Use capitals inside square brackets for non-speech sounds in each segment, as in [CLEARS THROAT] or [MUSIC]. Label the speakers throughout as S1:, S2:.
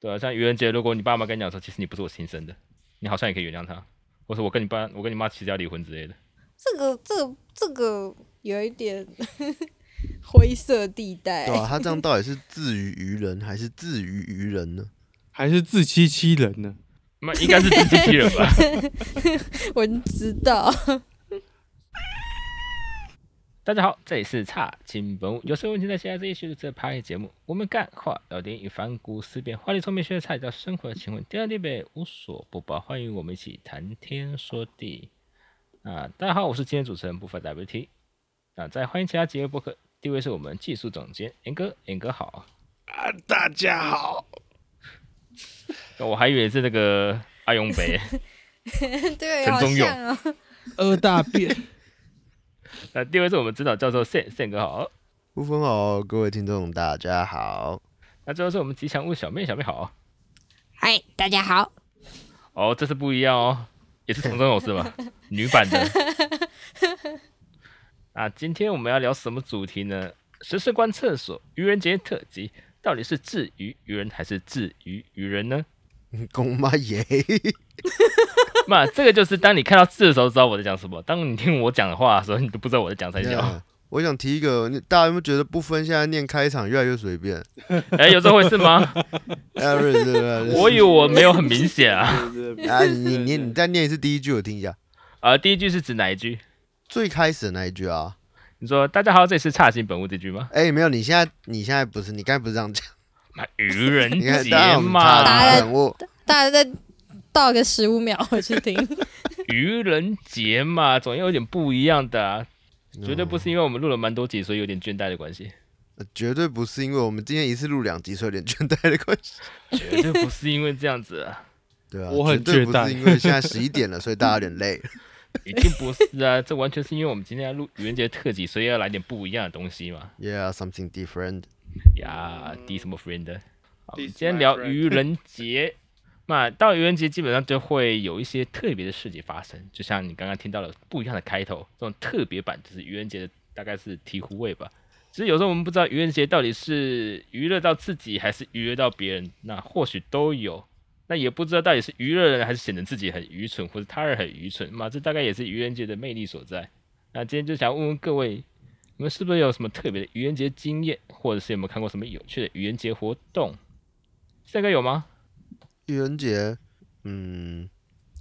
S1: 对啊，像愚人节，如果你爸妈跟你讲说，其实你不是我亲生的，你好像也可以原谅他，或者我跟你爸，我跟你妈其实要离婚之类的。
S2: 这个这个这个有一点灰色地带。
S3: 对啊，他这样到底是自娱于人还是自娱于人呢？
S4: 还是自欺欺人呢？
S1: 那应该是自欺欺人吧？
S2: 我知道，
S1: 大家好，这里是差劲本物，有时候问题在现在这一期的这趴节目，我们干话聊天与反骨思辨，话题从美学菜到生活情问，天南地北无所不包，欢迎我们一起谈天说地。啊，大家好，我是今天主持人不凡 WT。啊，再欢迎其他几位播客，第一位是我们技术总监严哥，严哥好。
S4: 啊，大家好，
S1: [LAUGHS] 我还以为是那个阿勇北，
S2: [LAUGHS]
S1: [LAUGHS]
S2: 对，
S1: 陈
S2: 好
S1: 忠勇
S2: 像哦。
S4: 二大便，
S1: 那第一位是我们指导教授宪宪哥好。
S3: 吴峰好，哦各位听众大家好。 [LAUGHS]
S1: 那最后是我们吉祥物小妹，小妹好。
S2: 嗨，大家好，
S1: 哦，这次不一样哦，也是从中有事
S2: [LAUGHS]
S1: 吧？女版的。啊，今天我们要聊什么主题呢？时事观厕所愚人节特辑，到底是至于愚人还是至于愚人呢？
S3: 公妈耶，
S1: 那这个就是当你看到字的时候，知道我在讲什么；当你听我讲的话的时候，你都不知道我在讲啥
S3: 等一
S1: 讲。
S3: 下我想提一个，你大家有没有觉得不分现在念开场越来越随 [LAUGHS] 便？
S1: [LAUGHS] 哎、有这回事吗？
S3: 哎，不是不是不是
S1: 我以为我没有很明显啊。
S3: [LAUGHS] 啊，你你你再念一次第一句，我听一下。
S1: 啊，第一句是指哪一句？
S3: 最开始的那一句啊，
S1: 你说“大家好，这里是差劲本物”这句吗？
S3: 哎、没有，你现在你现在不是，你刚才不是这样讲，
S1: 那愚人
S3: [LAUGHS]
S1: [LAUGHS]
S3: 你看，当然
S1: 节
S3: 我们
S1: 嘛，
S3: 差点掌握，
S2: [LAUGHS] 大家再倒个十五秒回去听。
S1: 愚人节嘛，总要有点不一样的、啊。
S3: 嗯
S1: 绝对不是因为我们录了蛮多集，所以有点倦怠的关系。
S3: 呃绝对不是因为我们今天一次录两集，所以有点 [LAUGHS] 倦怠的关系，
S1: 绝对不是因为这样子、啊，
S3: 对啊，
S4: 我很
S3: 绝对不
S4: 倦怠
S3: 是因为现在十一点了，所以大家有点累。 [LAUGHS]
S1: 一定不是啊！这完全是因为我们今天要录愚人节特辑，所以要来点不一样的东西嘛。
S3: Yeah, something different。
S1: 呀，第什么 friend 的？好我
S4: This
S1: 们今天
S4: my
S1: 聊
S4: friend
S1: 愚人节。那到愚人节基本上就会有一些特别的事情发生，就像你刚刚听到了不一样的开头，这种特别版就是愚人节的大概是醍醐味吧。其实有时候我们不知道愚人节到底是娱乐到自己还是娱乐到别人，那或许都有。那也不知道到底是娱乐人还是显得自己很愚蠢，或者他人很愚蠢嘛？这大概也是愚人节的魅力所在。那今天就想问问各位，你们是不是有什么特别的愚人节经验，或者是有没有看过什么有趣的愚人节活动？帅哥有吗？
S3: 愚人节，嗯，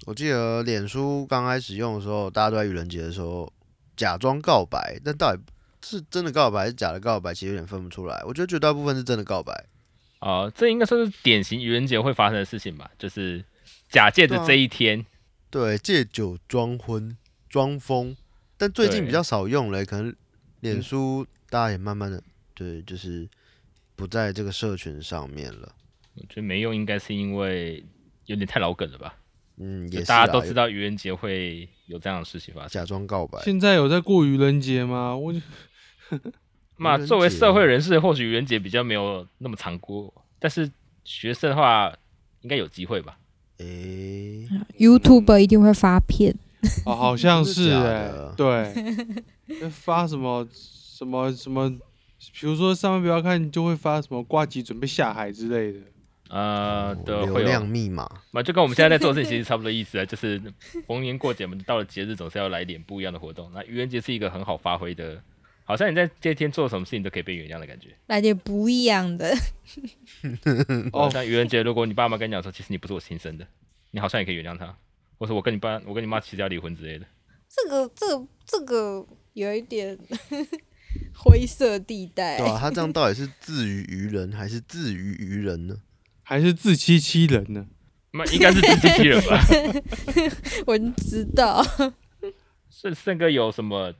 S3: 我记得脸书刚开始用的时候，大家都在愚人节的时候假装告白，但到底是真的告白还是假的告白，其实有点分不出来。我觉得绝大部分是真的告白。
S1: 哦、这应该算是典型愚人节会发生的事情吧，就是假借着
S3: 对啊
S1: 这一天，
S3: 对，借酒装昏、装疯，但最近
S1: 对嗯
S3: 比较少用了，欸可能脸书大家也慢慢的，对，就是不在这个社群上面了。
S1: 我觉得没用，应该是因为有点太老梗了吧？
S3: 嗯，
S1: 就
S3: 也是
S1: 大
S3: 啊
S1: 家都知道愚人节会有这样的事情发生。
S3: 假装告白，
S4: 现在有在过愚人节吗？我
S1: 那
S3: 愚人
S1: 作为
S3: 节
S1: 社会人士，或许愚人节比较没有那么常过，但是学生的话应该有机会吧？
S3: 诶、
S2: [LAUGHS]
S1: 嗯
S2: YouTuber 一定会发片，
S4: 哦，好
S3: [LAUGHS]
S4: 像
S3: 真的
S4: 是
S3: 假
S4: 哎、
S3: 的
S4: 对，
S3: [LAUGHS]
S4: 那发什么什么什么，比如说上班不要看，就会发什么挂机准备下海之类的。
S1: 呃，
S3: 哦
S1: 对，
S3: 流
S1: 会有
S3: 量密码，
S1: 嘛，就跟我们现在在做的事情其实差不多意思啊，就是逢年过节嘛，到了节日总是要来一点不一样的活动。那愚人节是一个很好发挥的，好像你在这天做什么事情都可以被原谅的感觉。
S2: [LAUGHS] 来点不一样的。
S3: 嗯
S4: 哦，
S1: 像愚人节，如果你爸妈跟你讲说，其实你不是我亲生的，你好像也可以原谅他，或者我跟你爸、我跟你妈其实要离婚之类的。
S2: 这个这个这个有一点 [LAUGHS] 灰色地带。
S1: 哎
S3: 对啊，他这样到底是自娱于人还是自娱于
S1: [LAUGHS]
S3: 人呢？
S4: 还是自欺欺人呢？
S1: 那应该是自欺欺人
S3: [LAUGHS]
S1: 吧？
S2: 我知道，
S1: 是胜哥有什么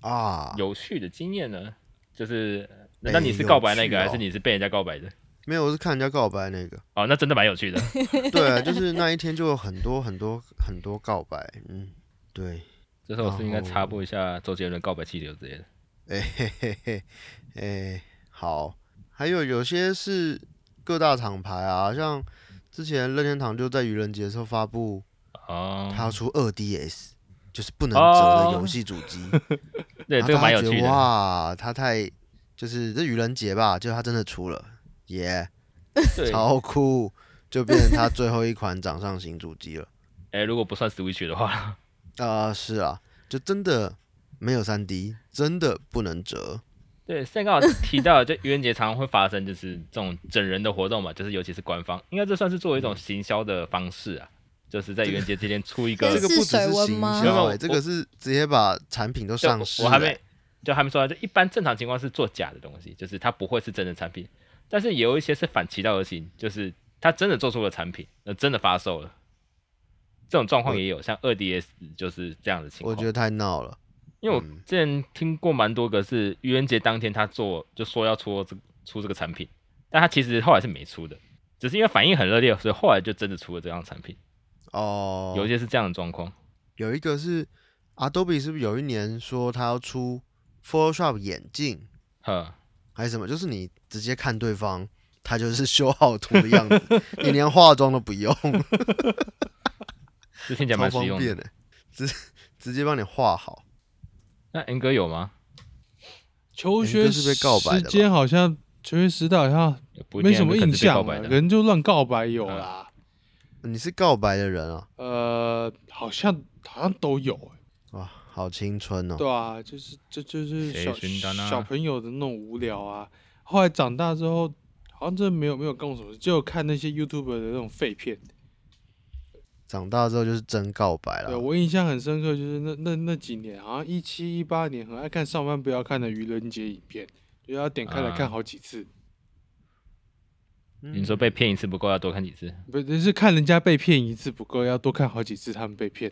S3: 啊，
S1: 有趣的经验呢？就是
S3: 哎
S1: 难道你是告白那个，
S3: 有趣哦
S1: 还是你是被人家告白的？
S3: 没有？我是看人家告白
S1: [LAUGHS]
S3: 那个，
S1: 哦，那真的蛮有趣
S3: [LAUGHS]
S1: 的。
S3: 对啊，就是那一天就有很多很多很多告白，嗯，对，
S1: 这时候我是不是应该
S3: 然后
S1: 插播一
S3: 哦
S1: 下周杰伦告白气流之类的。
S3: 哎、嘿嘿嘿，哎、好，还有有些是各大厂牌啊，像之前任天堂就在愚人节的时候发布，
S1: 哦
S3: 它，要出二 DS，就是不能折的游戏主机，
S1: 哦 [LAUGHS] 对，
S3: 然后
S1: 这个蛮
S3: 大家
S1: 有
S3: 觉得
S1: 趣的。
S3: 哇，它太就是这愚人节吧，就它真的出了，耶、
S1: 对，
S3: 超酷，就变成他最后一款掌上型主机了。 [LAUGHS]
S1: 哎、如果不算 Switch 的话，
S3: 啊、是啊，就真的没有三 D，真的不能折。
S1: [LAUGHS] 对，现在刚好提到，就愚人节常常会发生就是这种整人的活
S3: [LAUGHS]
S1: 动嘛，就是尤其是官方，应该这算是作为一种行销的方式啊，就是在愚人节之前出一个
S2: 这
S3: 嗯 [LAUGHS] 这
S2: 是
S3: 个不只
S2: 水
S3: 是
S2: 温
S3: 行
S2: 吗
S1: 没有
S3: 销、
S1: 没
S3: 欸，
S1: 有
S3: 这
S1: 我
S3: 个是直接把产品都
S1: 就
S3: 上市、
S1: 我还没
S3: 欸
S1: 就还没说完，就一般正常情况是做假的东西，就是它不会是真的产品，但是也有一些是反其道而行，就是它真的做出了产品，那真的发售了，这种状况也有，像二 DS 就是这样的情
S3: 我
S1: 况
S3: 觉。得太闹了。
S1: 因为我
S3: 嗯
S1: 之前听过蛮多个是愚人节当天他做就说要出这出这个产品，但他其实后来是没出的，只是因为反应很热烈，所以后来就真的出了这样的产品。
S3: 哦，
S1: 有一些是这样的状况，
S3: 有一个是 Adobe 是不是有一年说他要出 Photoshop 眼镜
S1: 呵，
S3: 还是什么？就是你直接看对方，他就是修好图的
S1: [LAUGHS]
S3: 样子，你连化妆都不用，
S1: 这听起来
S3: 超
S1: 蛮实
S3: 方
S1: 用
S3: 便
S1: 的。
S3: 的、直直接帮你画好。
S1: 那 N 哥有吗？
S4: 求
S3: 哎你
S4: 学
S3: 这是被告白的
S4: 时
S3: 吧
S4: 间好像求学时代好像
S1: 也不一定
S4: 没什么
S1: N 哥可能
S4: 印
S1: 是被告
S4: 象啊
S1: 白
S4: 了，
S1: 的
S4: 人就乱告白有啦，
S3: 你是告白的人啊，
S4: 呃，好像好像都有、欸，
S3: 哇，好青春哦！
S4: 对啊，就是这就是
S1: 谁
S4: 小
S1: 寻短啊
S4: 小朋友的那种无聊啊。后来长大之后，好像真的没有没有干过什么事，只有看那些 YouTube 的那种废片。
S3: 长大之后就是真告白了啊
S4: 对。我印象很深刻，就是那那那几年，好像一七一八年很爱看上班不要看的愚人节影片，就要点开来看
S1: 啊
S4: 好几次。
S1: 你说被骗一次不够，要多看几次？
S4: 不是是看人家被骗一次不够，要多看好几次他们被骗。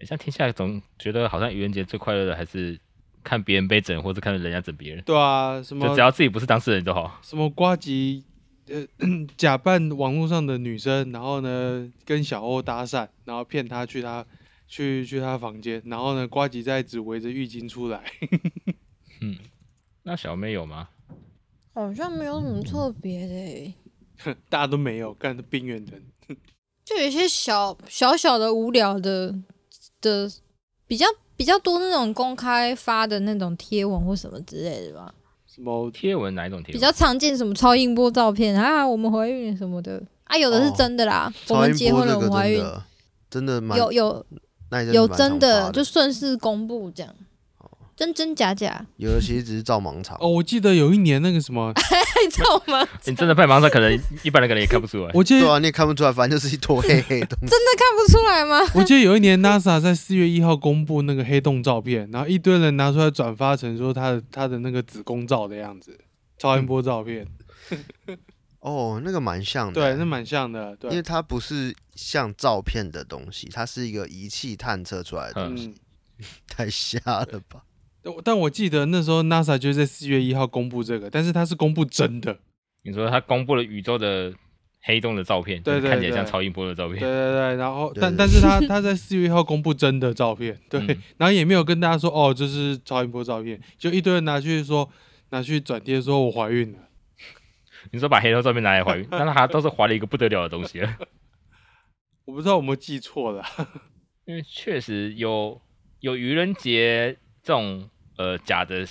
S1: 诶这样听下来总觉得好像愚人节最快乐的还是看别人被整，或者看人家整别人，
S4: 对啊，什
S1: 就
S4: 么
S1: 只要自己不是当事人就好。
S4: 什么瓜吉，呃， [CLEARS THROAT] 假扮网络上的女生，然后呢跟小欧搭讪，然后骗她去她去去她房间，然后呢瓜吉再只围着浴巾出来。 [LAUGHS]
S1: 那小妹有吗？
S2: 好像没有什么特别的欸，
S4: 大家都没有干的冰原人，
S2: 就有一些小小小的无聊的的，比较比较多那种公开发的那种贴文或什么之类的吧，
S4: 什么
S1: 贴文哪一种贴文？
S2: 比较常见什么超音波照片啊，我们怀孕什么的啊，有的是
S3: 哦
S2: 真的啦，我
S3: 超
S2: 们
S3: 音
S2: 结
S3: 波
S2: 婚了，
S3: 这
S2: 我
S3: 个
S2: 们怀
S3: 真
S2: 孕，
S3: 的真的蛮
S2: 有有
S3: 那一阵子
S2: 有
S3: 蛮
S2: 真
S3: 常
S2: 的
S3: 发哦
S2: 就顺势公布这样，真真假
S3: [LAUGHS]
S2: 假，
S3: 有的其实只是造盲肠
S4: 哦，，我记得有一年那个什么，
S2: 你知道 [LAUGHS] 吗？
S1: 你真的被盲上，可能一般人可能也看不出来。
S4: 我记
S3: 对
S4: 得
S3: 啊，你也看不出来，反正就是一坨黑黑的东西。 [LAUGHS]
S2: 看不出来吗？
S4: [LAUGHS] 我记得有一年 NASA 在四月一号公布那个黑洞照片，然后一堆人拿出来转发成说他的他的那个子宫照的样子，超音波照片，
S3: 嗯哦，那个蛮像的，
S4: 对，那蛮像的，
S3: 因为
S4: 对，
S3: 它不是像照片的东西，它是一个仪器探测出来的，
S1: 嗯，
S4: 嗯。
S3: 太瞎了吧？
S4: 但我但我记得那时候 NASA 就在四月一号公布这个，但是它是公布真的，
S1: 你说他公布了宇宙的黑洞的照片，
S4: 对
S1: 就是看起
S4: 对
S1: 来像
S4: 对
S1: 超音波的照
S4: 对
S1: 片。
S4: 对对，然后
S3: 对
S4: 但
S3: 对
S4: 但是它它在四月一号公布真的照片，对，
S1: 嗯
S4: 然后也没有跟大家说哦这是超音波照片，就一堆人拿去说拿去转贴说我怀孕了，
S1: 你说把黑洞照片拿来
S4: [LAUGHS]
S1: 怀孕，那他都是怀了一个不得了的东西了。 [LAUGHS]
S4: 我不知道我有没有记错了，
S1: 因为确实有有愚人节这种呃假的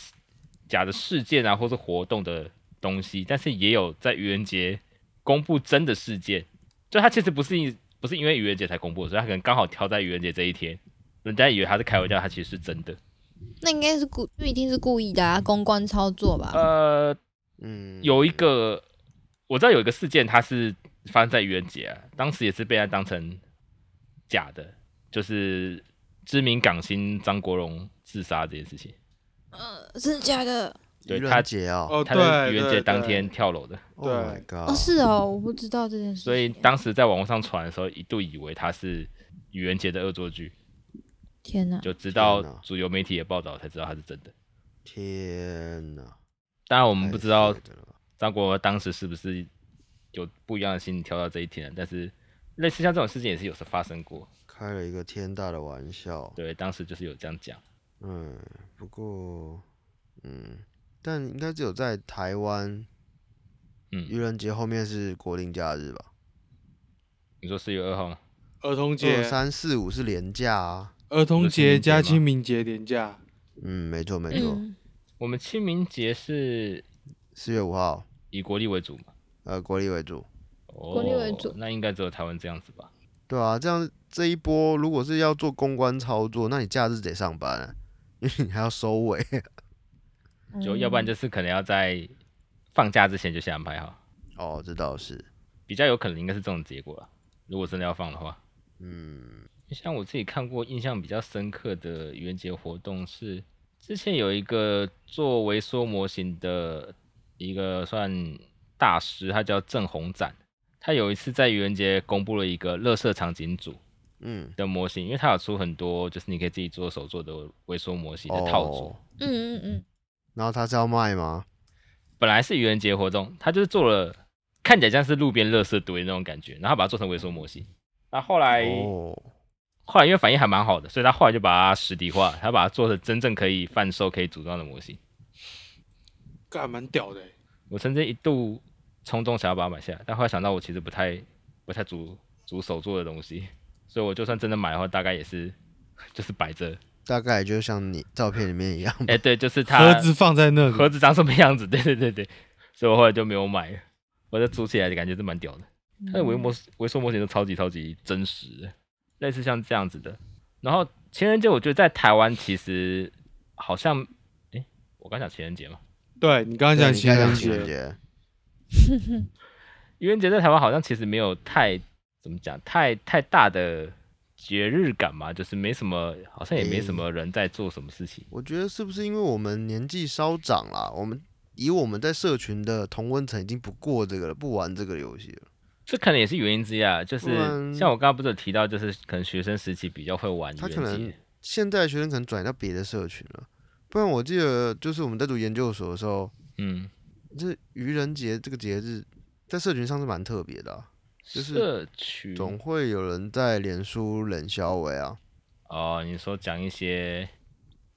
S1: 假的事件啊，或是活动的东西，但是也有在愚人节公布真的事件，就他其实不是因不是因为愚人节才公布的，所以他可能刚好挑在愚人节这一天，人家以为他是开玩笑，他其实是真的。
S2: 那应该是故，就一定是故意的啊，公关操作吧。
S1: 呃，
S3: 嗯，
S1: 有一个我知道有一个事件，它是发生在愚人节、啊，当时也是被他当成假的，就是知名港星张国荣自杀这件事情。
S3: 呃
S2: 真的假的？
S3: 愚
S1: 对
S3: 人
S1: 他
S3: 节哦
S4: 哦
S1: 他
S4: 对，
S1: 在愚人
S4: 对
S1: 节当，天
S4: 对
S1: 跳楼的，
S3: ，Oh my
S2: 哦，
S3: god！
S2: 是哦，我不知道这件事情。
S1: 所以当时在网络上传的时候，一度以为他是愚人节的恶作剧，
S2: 天哪，
S1: 就直到
S3: 天哪
S1: 主流媒体也报道才知道他是真的。
S3: 天哪，
S1: 当然我们不知道
S3: 太扯了吧
S1: 张国荣当时是不是有不一样的心理跳到这一天，但是类似像这种事情也是有时发生过。
S3: 开了一个天大的玩笑。
S1: 对，当时就是有这样讲。
S3: 嗯，不过，嗯，但应该只有在台湾，
S1: 嗯
S3: 愚人节后面是国定假日吧？
S1: 你说四月二号吗？
S4: 儿童
S3: 二
S4: 节
S3: 三四五是连假啊。
S4: 儿童节加
S1: 不是清
S4: 清明节连假，
S3: 嗯，没错没错，
S2: 嗯，
S1: 我们清明节是
S3: 四月五号，
S1: 以国历为主嘛，
S3: 呃，国历为主。
S1: 国
S2: 内为主
S1: 那应该只有台湾这样子吧？
S3: 对啊，这样这一波如果是要做公关操作，那你假日得上班、啊，因为你还要收尾。
S2: 嗯
S1: 就要不然就是可能要在放假之前就先安排好，
S3: 哦，这倒是，
S1: 比较有可能应该是这种结果了。如果真的要放的话，
S3: 嗯，
S1: 像我自己看过印象比较深刻的愚人节活动是，之前有一个做微缩模型的一个算大师，他叫郑宏展，他有一次在愚人节公布了一个乐色场景组
S3: 嗯，
S1: 的模型，因为他有出很多就是你可以自己做手做的微缩模型的套组。
S3: 哦
S2: 嗯嗯嗯，
S3: 然后他是要卖吗？
S1: 本来是愚人节活动，他就是做了看起来像是路边垃圾堆那种感觉，然后他把它做成微缩模型。那后来、
S3: 哦，
S1: 后来因为反应还蛮好的，所以他后来就把它实体化，他把它做成真正可以贩售、可以组装的模型。
S4: 干蛮屌的欸、
S1: 我曾经一度冲动想要把它买下来，但后来想到我其实不太不太组组手做的东西，所以我就算真的买的话，大概也是 [LAUGHS] 就是摆着。
S3: 大概就像你照片里面一样吧。
S1: 哎、对，就是它
S4: 盒子放在那里，
S1: 盒子长什么样子？对 [LAUGHS] 对对对，所以我后来就没有买了。我这组起来的感觉是蛮屌的。
S2: 嗯
S1: 它的微
S3: 嗯
S1: 模微缩模型都超级超级真实的，类似像这样子的。然后情人节，我觉得在台湾其实好像，诶，我刚讲情人节嘛，
S4: 对你
S1: 哎
S4: 刚刚
S3: 对
S4: 讲
S3: 你
S4: 情
S3: 看
S4: 人
S3: 像情人
S4: 节，
S3: 节，
S1: 愚人节在台湾好像其实没有太怎么讲，太太大的节日感嘛，就是没什么，好像也没什么人在做什么事情。
S3: 我觉得是不是因为我们年纪稍长啦？我们以我们在社群的同温层已经不过这个了，不玩这个游戏了。
S1: 这可能也是原因之一啊，就是
S3: 不然
S1: 像我刚刚不是有提到，就是可能学生时期比较会玩愚
S3: 他
S1: 人
S3: 可能
S1: 节，
S3: 现在学生可能转到别的社群了，不然我记得就是我们在读研究所的时候，
S1: 嗯。
S3: 这愚人节这个节日在社群上是蛮特别的、啊，就是
S1: 社区
S3: 总会有人在脸书冷消维啊。
S1: 哦，你说讲一些，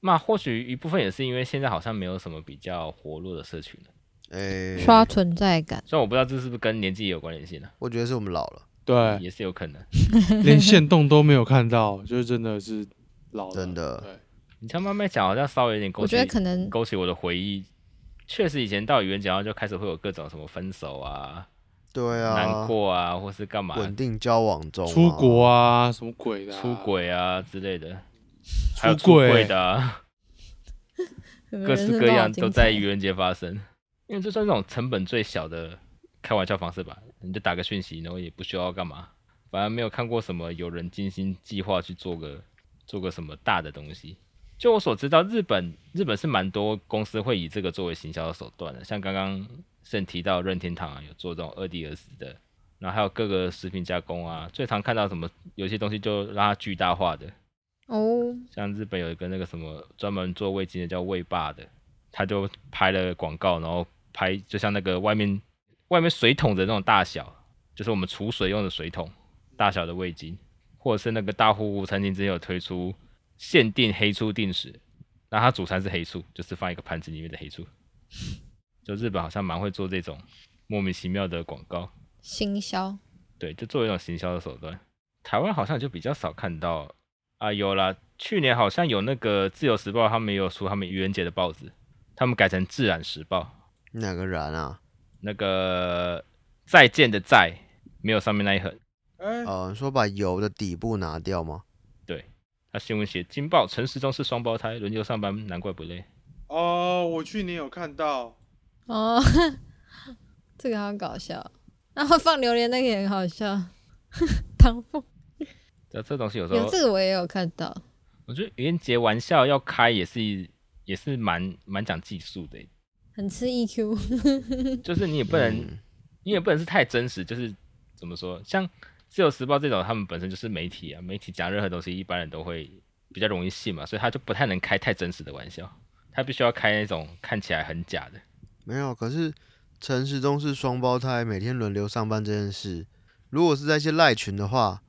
S1: 那或许一部分也是因为现在好像没有什么比较活络的社群了，
S3: 哎、
S2: 刷存在感，
S1: 虽然我不知道这是不是跟年纪也有关联性呢、
S3: 我觉得是我们老了，
S4: 对，
S1: [LAUGHS] 也是有可能。
S4: 连线动都没有看到，就真的是老了
S3: 真的
S4: 对，
S1: 你这样慢慢讲，好像稍微有点勾
S2: 我
S1: 起
S2: 觉得可能
S1: 勾起我的回忆。确实，以前到语言讲后就开始会有各种什么分手啊、
S3: 对
S1: 难
S3: 啊，
S1: 过啊，或是干嘛
S3: 稳定交往中、
S4: 出国，啊，什么鬼的啊、
S1: 出轨啊之类的，还有
S4: 出
S1: 出
S4: 轨
S1: 轨的 [LAUGHS] 啊、各
S2: 各
S1: 式各样都在愚人节发生，因为这算是那种成本最小的开玩笑方式吧。你就打个讯息，然后也不需要干嘛，反正没有看过什么有人精心计划去做个做个什么大的东西。就我所知道，日本日本是蛮多公司会以这个作为行销的手段的，像刚刚圣提到任天堂啊，有做这种二 D 二 S 的，然后还有各个食品加工啊，最常看到什么有些东西就让它巨大化的，
S2: 哦，
S1: 像日本有一个那个什么专门做味精的叫味霸的，他就拍了广告，然后拍就像那个外面外面水桶的那种大小，就是我们储水用的水桶大小的味精，或者是那个大户屋餐厅之前有推出限定黑醋定时，那它主餐是黑醋，就是放一个盘子里面的黑醋，就日本好像蛮会做这种莫名其妙的广告。
S2: 行销，
S1: 对，就作为一种行销的手段。台湾好像就比较少看到啊，有啦，去年好像有那个《自由时报》，他们也有出他们愚人节的报纸，他们改成《自然时报》，
S3: 哪个然啊？
S1: 那个再见的再没有上面那一横。
S4: 哎、
S3: 呃，说把油的底部拿掉吗？
S1: 他新闻写金报陈时中是双胞胎，轮流上班，难怪不累。
S4: 哦，我去年有看到，
S2: 哦，这个好搞笑。然后放榴莲那个也很好笑， [LAUGHS] 唐凤
S1: 这这东西有时候
S2: 有这个我也有看到，
S1: 我觉得愚人节玩笑要开也是也是蛮蛮讲技术的欸，
S2: 很吃 E EQ。
S1: 就是你也不能
S3: 嗯
S1: 你也不能是太真实，就是怎么说，像《自由时报》这种，他们本身就是媒体啊，媒体讲任何东西，一般人都会比较容易信嘛，所以他就不太能开太真实的玩笑，他必须要开那种看起来很假的。
S3: 没有，可是陈时中是双胞胎，每天轮流上班这件事，如果是在一些赖群的话，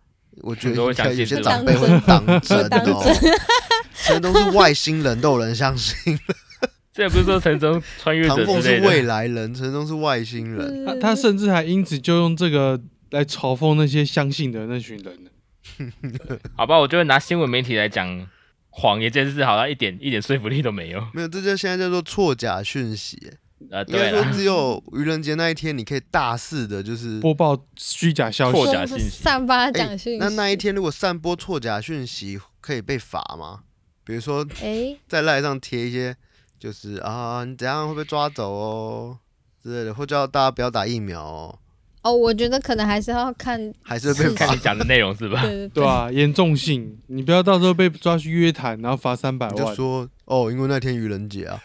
S3: 我觉
S1: 都
S3: 得
S1: 会
S3: 应该
S1: 相信
S3: 有些
S1: 是吧
S3: 长辈会当真
S2: 当
S3: 哦。陈时中是外星人，都有人
S1: [LAUGHS]
S3: 相信。
S1: 这也不是说陈忠穿越
S3: 唐
S1: 者
S3: 凤
S1: 之
S3: 是
S1: 类
S3: 未
S1: 的，
S3: 来人，陈时中是外星
S2: 嗯
S3: 人。
S4: 他
S2: [LAUGHS]
S4: 他甚至还因此就用这个来嘲讽那些相信的那群人呢。
S1: 好吧，我就会拿新闻媒体来讲谎言这件事，好像一点一点说服力都没有。
S3: 没有，这就现在叫做错假讯息。
S1: 呃，
S3: 应
S1: 对
S3: 该说
S1: 了，
S3: 只有愚人节那一天，你可以大肆的，就是
S4: 播报虚假消
S1: 错
S4: 息，
S1: 过假信息
S2: 散发假讯息。
S3: 哎那那一天如果散播错假讯息，可以被罚吗？比如说
S2: 哎，
S3: 在赖上贴一些，就是啊，你怎样会被抓走哦之类的，或叫大家不要打疫苗哦，
S2: 哦，我觉得可能还是要看，
S3: 还是会被
S1: 看 [LAUGHS]
S3: 罚
S1: 你。讲的内容是吧？
S2: 对对
S4: 对吧、严重性，你不要到时候被抓去约谈，然后罚三百
S3: 你就
S4: 万。
S3: 说哦，因为那天愚人节啊，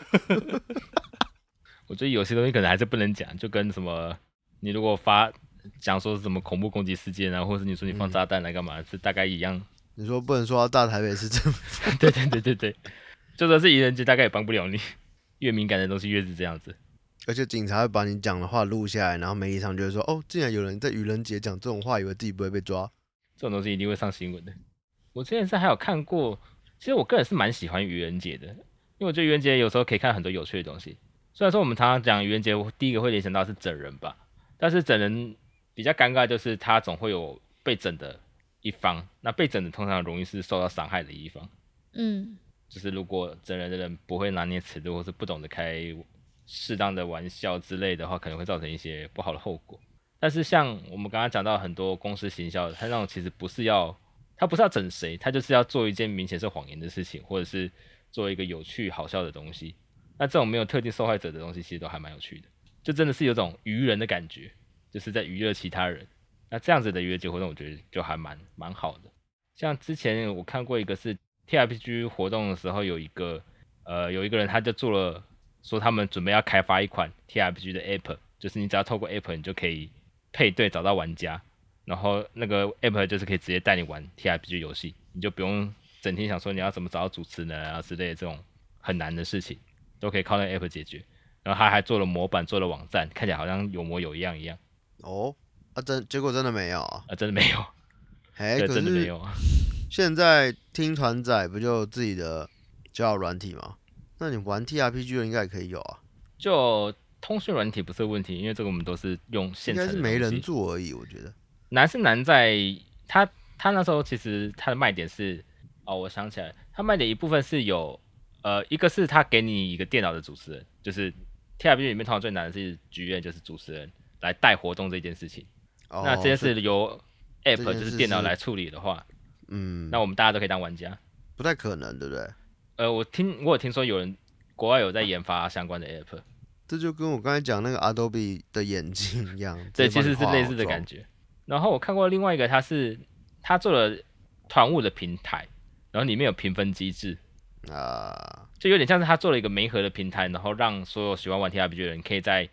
S1: 我觉得有些东西可能还是不能讲，就跟什么，你如果发讲说是什么恐怖攻击事件啊，或者是你说你放
S3: 嗯
S1: 炸弹来干嘛，是大概一样。
S3: 你说不能说到大台北市政府， [LAUGHS]
S1: [LAUGHS] 对对对对对，就算是愚人节，大概也帮不了你。越敏感的东西越是这样子。
S3: 而且警察会把你讲的话录下来，然后媒体上就会说哦，竟然有人在愚人节讲这种话，以为自己不会被抓。
S1: 这种东西一定会上新闻的。我之前是还有看过，其实我个人是蛮喜欢愚人节的，因为我觉得愚人节有时候可以看很多有趣的东西。虽然说我们常常讲愚人节，我第一个会联想到是整人吧，但是整人比较尴尬，就是他总会有被整的一方，那被整的通常容易是受到伤害的一方。
S2: 嗯，
S1: 就是如果整人的人不会拿捏尺度，或是不懂得开适当的玩笑之类的话，可能会造成一些不好的后果。但是像我们刚刚讲到很多公司行销，它那种其实不是要，它不是要整谁，它就是要做一件明显是谎言的事情，或者是做一个有趣好笑的东西。那这种没有特定受害者的东西，其实都还蛮有趣的，就真的是有种愚人的感觉，就是在娱乐其他人。那这样子的娱乐节活动，我觉得就还蛮蛮好的。像之前我看过一个是 TRPG 活动的时候，有一个呃有一个人他就做了，说他们准备要开发一款 TRPG 的 app，就是你只要透过 app 你就可以配对找到玩家，然后那个 app 就是可以直接带你玩 TRPG 游戏，你就不用整天想说你要怎么找到主持人啊之类的这种很难的事情，都可以靠那个 app 解决。然后他还做了模板，做了网站，看起来好像有模有样一样，
S3: 哦，啊真结果真的没有啊，
S1: 啊，真的没有， [LAUGHS]
S3: 哎、
S1: 对，
S3: 可
S1: 真的
S3: 是
S1: 没有啊。
S3: 现在听团仔不就有自己的交友软体吗？那你玩 TRPG 的应该也可以有啊，
S1: 就通讯软体不是问题，因为这个我们都是用
S3: 应
S1: 现成
S3: 该
S1: 的
S3: 是没
S1: 东西
S3: 人做而已，我觉得。
S1: 难是难在它它那时候其实它的卖点是哦，我想起来了，它卖点一部分是有呃，一个是它给你一个电脑的主持人，就是 TRPG 里面通常最难的是剧院，就是主持人来带活动这件事情。
S3: 哦，
S1: 那这件
S3: 所以
S1: 事由
S3: 这
S1: App
S3: 件
S1: 就
S3: 事
S1: 是电脑
S3: 是
S1: 来处理的话，
S3: 嗯，
S1: 那我们大家都可以当玩家。
S3: 不太可能，对不对？
S1: 呃，我听我有听说有人国外有在研发相关的 App，
S3: 这就跟我刚才讲那个 Adobe 的眼睛一样，
S1: [LAUGHS] 对，
S3: 直
S1: 其
S3: 接帮你
S1: 实是
S3: 画
S1: 类
S3: 好
S1: 似的感
S3: 妆。
S1: 觉。然后我看过另外一个，它是它做了团务的平台，然后里面有评分机制，
S3: 啊、
S1: 就有点像是他做了一个媒合的平台，然后让所有喜欢玩 TRPG 的人可以在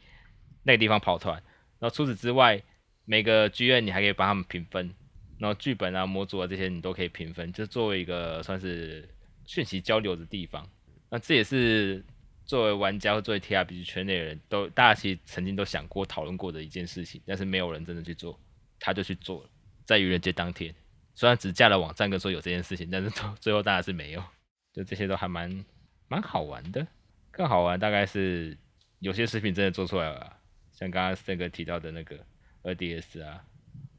S1: 那个地方跑团。然后除此之外，每个剧院你还可以帮他们评分，然后剧本啊、模组啊这些你都可以评分，就作为一个算是讯息交流的地方。那这也是作为玩家或作为 TRPG 圈内的人都大家其实曾经都想过、讨论过的一件事情，但是没有人真的去做，他就去做了，在愚人节当天。虽然只架了网站跟说有这件事情，但是 [LAUGHS] 最后最后当然是没有。就这些都还蛮蛮好玩的。更好玩大概是有些视频真的做出来了啊，像刚刚那个提到的那个二 DS 啊，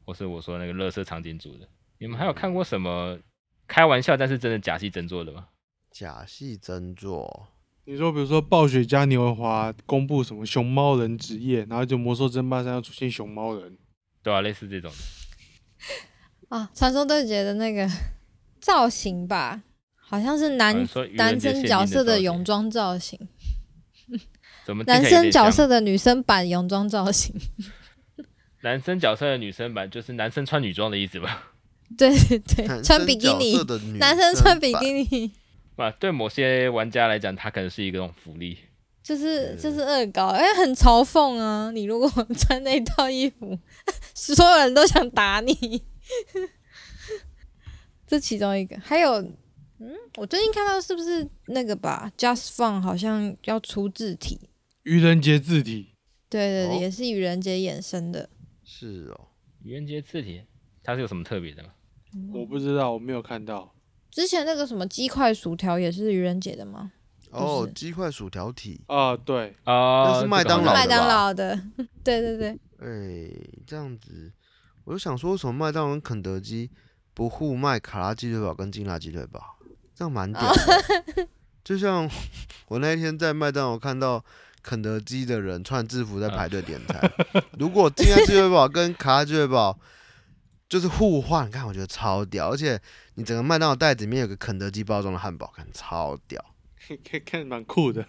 S1: 或是我说那个乐色场景组的。你们还有看过什么开玩笑但是真的假戏真做的吗？
S3: 假戏真做，
S4: 你说，比如说暴雪加牛华公布什么熊猫人职业，然后就魔兽争霸三要出现熊猫人，
S1: 对啊，类似这种的。
S2: 啊，传说对决的那个 [LAUGHS] 造型吧，好像是
S1: 好
S2: 男
S1: 像说愚人
S2: 男
S1: 节
S2: 生
S1: 限
S2: 角
S1: 定
S2: 色
S1: 的
S2: 的
S1: 造
S2: 泳
S1: 型，
S2: 装造型，
S1: 怎么听
S2: 男
S1: 起来有
S2: 生
S1: 点
S2: 角
S1: 像
S2: 色的女生版泳装造型。
S1: 男生角色的女生版就是男生穿女装的意思 [LAUGHS] 吧？
S2: 对对对，
S3: 男
S2: 穿
S3: 生
S2: 比基
S3: 角
S2: 尼
S3: 色，的女
S2: 男生穿比
S3: 版
S2: 基尼，
S1: 啊，对某些玩家来讲，它可能是一个种福利。
S2: 就是就是恶搞，哎、很嘲讽啊！你如果 [LAUGHS] 穿那套衣服， [LAUGHS] 所有人都想打你。 [LAUGHS] 这其中一个，还有，嗯，我最近看到是不是那个吧？Just Fun 好像要出字体，
S4: 愚人节字体，
S2: 对对对，
S3: 哦
S2: 也是愚人节衍生的。
S3: 是哦，
S1: 愚人节字体，它是有什么特别的吗？
S4: 我不知道，我没有看到。
S2: 之前那个什么鸡块薯条也是愚人节的吗？
S3: 哦
S2: 是，
S3: 鸡块薯条体，
S4: 啊，对，
S1: 哦，
S3: 那是
S1: 这个
S3: 麦当
S1: 好像
S3: 劳的
S2: 麦当
S3: 吧
S2: 劳的， [LAUGHS] 对对对，
S3: 哎、这样子，我就想说，为什么麦当劳、跟肯德基不互卖卡拉鸡腿堡跟金辣鸡腿 [LAUGHS] 堡？这样蛮屌的。就像我那一天在麦当劳看到肯德基的人穿制服在排队点餐。如果今天聚味堡跟卡拉聚味堡就是互换，看我觉得超屌，而且你整个麦当劳袋子里面有个肯德基包装的汉堡，看超屌。
S4: 看看蛮酷的，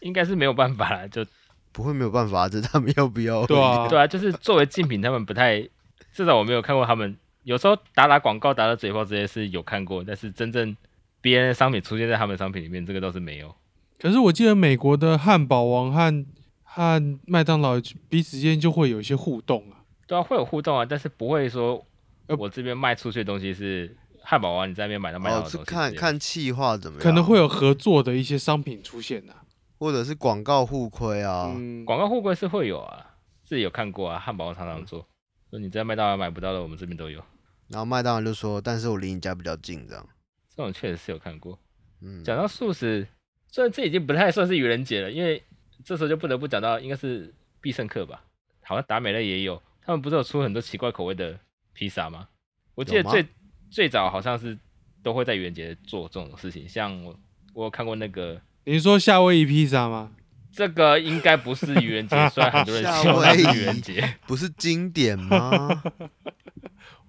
S1: 应该是没有办法了，就
S3: 不会没有办法，啊这是他们要不要？
S4: 对啊，
S1: 对啊，就是作为竞品，他们不太，至少我没有看过他们。有时候打打广告、打打嘴炮这些是有看过，但是真正别人的商品出现在他们的商品里面，这个倒是没有。
S4: 可是我记得美国的汉堡王和和麦当劳彼此间就会有一些互动啊，
S1: 对啊，会有互动啊，但是不会说
S4: 呃
S1: 我这边卖出去的东西是汉堡王，你在那边买到麦当劳
S3: 哦，
S1: 的
S3: 是
S1: 东西之类的。
S3: 看看气化怎么样，
S4: 可能会有合作的一些商品出现啊。
S3: 或者是广告互亏啊。
S4: 嗯，
S1: 广告互惠是会有啊，自己有看过啊，汉堡王常
S3: 嗯
S1: 常做，说你在麦当劳买不到的，我们这边都有。
S3: 然后麦当劳就说，但是我离你家比较近，这样。
S1: 这种确实是有看过。
S3: 嗯，
S1: 讲到素食，虽然这已经不太算是愚人节了，因为这时候就不得不讲到应该是必胜客吧，好像达美乐也有，他们不是有出很多奇怪口味的披萨吗？我记得
S3: 有吗
S1: 最最早好像是都会在愚人节做这种事情，像我我有看过那个，
S4: 你是说夏威夷披萨吗？
S1: 这个应该不是愚人
S3: [LAUGHS]
S1: 节，虽然很多人希望它是愚人节。
S3: 不是经
S1: [LAUGHS]
S3: 典吗？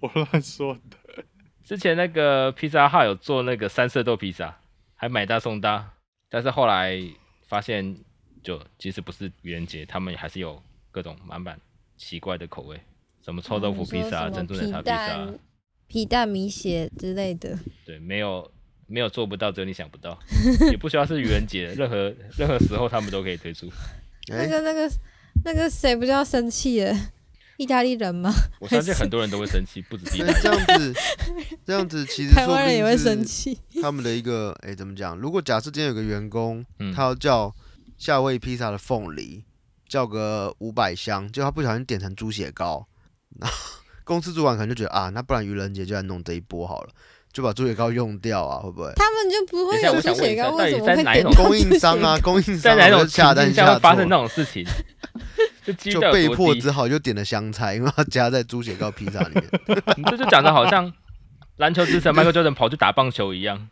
S4: 我乱说的。
S1: 之前那个披萨号有做那个三色豆披萨，还买大送大，但是后来发现，就即使不是愚人节，他们还是有各种满满奇怪的口味，嗯什么臭豆腐披
S2: 嗯
S1: 萨、珍珠奶茶披萨，、
S2: 皮蛋米血之类的。
S1: 对，没有没有做不到，只有你想不 [LAUGHS] 到，也不需要是愚人节，任何任何时候他们都可以推出。
S3: 哎、
S2: 那个、那个、那个谁不就要生气了？ [LAUGHS] 意大利人吗？
S1: 我相信很多人都会生气，
S3: [LAUGHS]
S1: 不止第一
S3: 所
S1: 代
S3: 以。这样子，这样子其实
S2: 台
S3: 说
S2: 湾
S3: 不
S2: 人也会
S3: 定
S2: 生
S3: 是
S2: 气。
S3: 他们的一个，哎、怎么讲？如果假设今天有个员工，
S1: 嗯
S3: 他要叫夏威夷披萨的凤梨，叫个五百箱，结果他不小心点成猪血糕， [LAUGHS] 然后公司主管可能就觉得啊，那不然愚人节就来弄这一波好了，就把猪血糕用掉啊，会不会？
S2: 他们就不
S1: 等
S2: 会
S1: 一下
S2: 有
S1: 我想
S2: 猪血糕，
S1: 问一
S2: 为什
S1: 下到底在
S2: 么会
S1: 哪一
S2: 点
S1: 种
S2: 到
S3: 供应
S2: 猪
S3: 商
S1: [LAUGHS]
S2: 血
S3: 啊，
S2: 糕
S3: 供应
S1: 在
S3: 商
S1: 哪
S3: 我
S1: 种
S3: 就下
S1: 情
S3: 单
S1: 境下
S3: 下
S1: 会发生
S3: 错啊
S1: 那
S3: 了，
S1: 种事
S3: [LAUGHS]
S1: 情？这几率
S3: 就
S1: 到底
S3: 被
S1: 有
S3: 迫
S1: 多低
S3: 只好就点了香菜，因为他加在猪血糕披萨里面，
S1: 你这就讲的好像篮球之
S3: [LAUGHS]
S1: 神 Michael Jordan 跑去打棒球一样。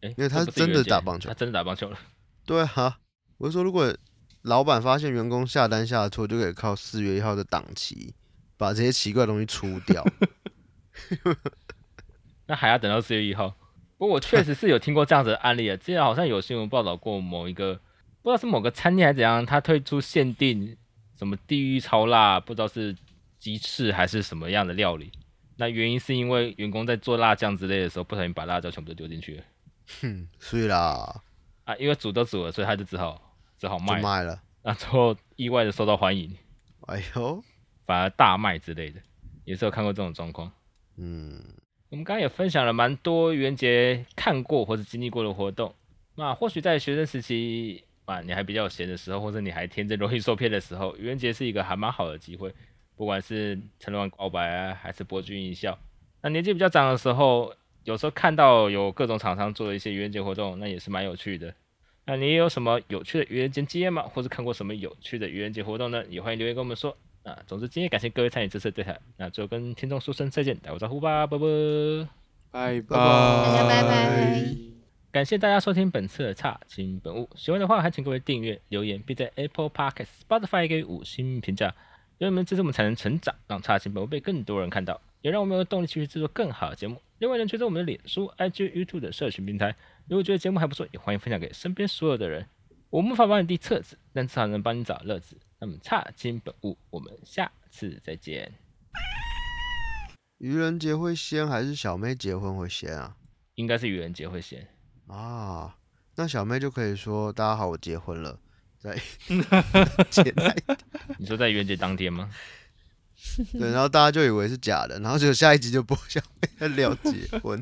S1: 哎，
S3: 因为他
S1: 这
S3: 是
S1: 不是
S3: 真的
S1: 愚人节
S3: 打棒球
S1: 他真的打棒球了。
S3: 对啊，我是说，如果老板发现员工下单下错，就可以靠四月一号的档期把这些奇怪的东西除掉。
S1: 那还要等到四月一号。不过我确实是有听过这样子的案例啊，之前好像有新闻报道过某一个，不知道是某个餐厅还是怎样，他推出限定什么地狱超辣，不知道是鸡翅还是什么样的料理。那原因是因为员工在做辣酱之类的时候，不小心把辣椒全部都丢进去了
S3: 哼，嗯所以啦，
S1: 啊，因为煮都煮了，所以他就只好只好
S3: 就
S1: 卖了，
S3: 卖了。
S1: 那最后意外的受到欢迎。
S3: 哎呦，
S1: 反而大卖之类的，也是有看过这种状况。
S3: 嗯，
S1: 我们刚刚也分享了蛮多愚人节看过或者经历过的活动。那或许在学生时期啊，你还比较闲的时候，或者你还天真容易受骗的时候，愚人节是一个还蛮好的机会。不管是趁乱告白啊，还是博君一笑。那年纪比较长的时候，有时候看到有各种厂商做的一些愚人节活动，那也是蛮有趣的。那你有什么有趣的愚人节经验吗？或是看过什么有趣的愚人节活动呢？也欢迎留言跟我们说。啊，总之今天感谢各位参与这次的对谈，那最后跟听众说声再见，打个招呼吧，拜拜。
S4: 拜拜，
S3: 大
S2: 家拜拜
S1: 感谢大家收听本次的《差金本物》，喜欢的话还请各位订阅、留言，并在 Apple Podcast、Spotify 给予五星评价，有你们支持我们才能成长，让《差金本物》被更多人看到，也让我们有动力继续制作更好的节目。另外呢，追踪我们的脸书、IG、YouTube 的社群平台，如果觉得节目还不错，也欢迎分享给身边所有的人。我无法帮你递册子，但至少能帮你找乐子。那么《差金本物》，我们下次再见。
S3: 愚人节会先还是小妹结婚会先啊？
S1: 应该是愚人节会先。
S3: 啊，那小妹就可以说：“大家好，我结婚了。”
S1: [LAUGHS]
S3: 在接待，
S1: 你说在愚人节当天吗？
S3: 对，然后大家就以为是假的，然后结果下一集就播小妹在聊结婚。